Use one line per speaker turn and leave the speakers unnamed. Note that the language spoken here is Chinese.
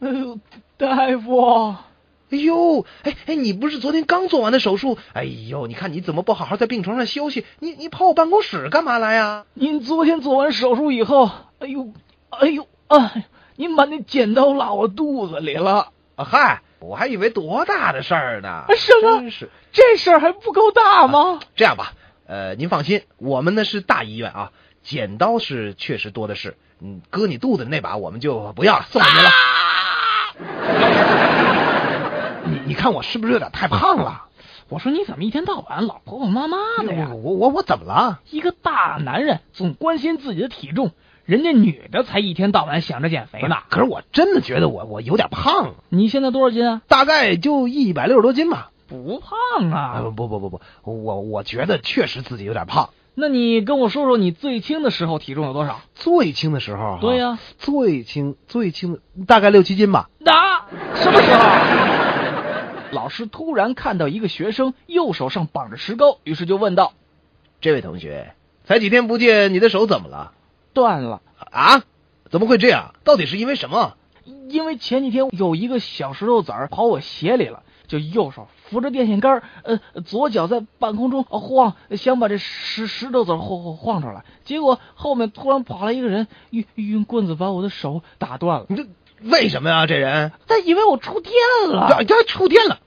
哎呦，大夫，啊
哎呦，哎哎，你不是昨天刚做完的手术？哎呦，你看你怎么不好好在病床上休息？你你跑我办公室干嘛来啊呀、
您昨天做完手术以后，哎呦，哎呦，哎，您把那剪刀落我肚子里了，
啊？嗨，我还以为多大的事儿呢！
什么
真是
这事儿还不够大吗？
这样吧，呃，您放心，我们呢是大医院啊，剪刀是确实多的是。嗯，割你肚子的那把我们就不要了，送给您了。 你你看我是不是有点太胖了？
我说你怎么一天到晚老婆婆妈妈的呀
我？我我怎么了？
一个大男人总关心自己的体重，人家女的才一天到晚想着减肥呢。
可是我真的觉得我我有点胖，
你现在多少斤啊？
大概就一百六十多斤吧。
不胖
啊、
啊。
不不不不，我我觉得确实自己有点胖。
那你跟我说说你最轻的时候体重有多少？
最轻的时候啊、
对呀、
最轻最轻的大概六七斤吧。
那、什么时候？ 老师突然看到一个学生右手上绑着石膏，于是就问道
这位同学，才几天不见，你的手怎么了？：“
断了，
啊？怎么会这样？到底是因为什么？
因为前几天有一个小石头子儿跑我鞋里了，就右手扶着电线杆儿，呃，左脚在半空中晃，想把这石石头子儿晃晃晃出来。结果后面突然跑来一个人，用用棍子把我的手打断了。
你这为什么呀？这人
他以为我触电
要
了，
要触电了。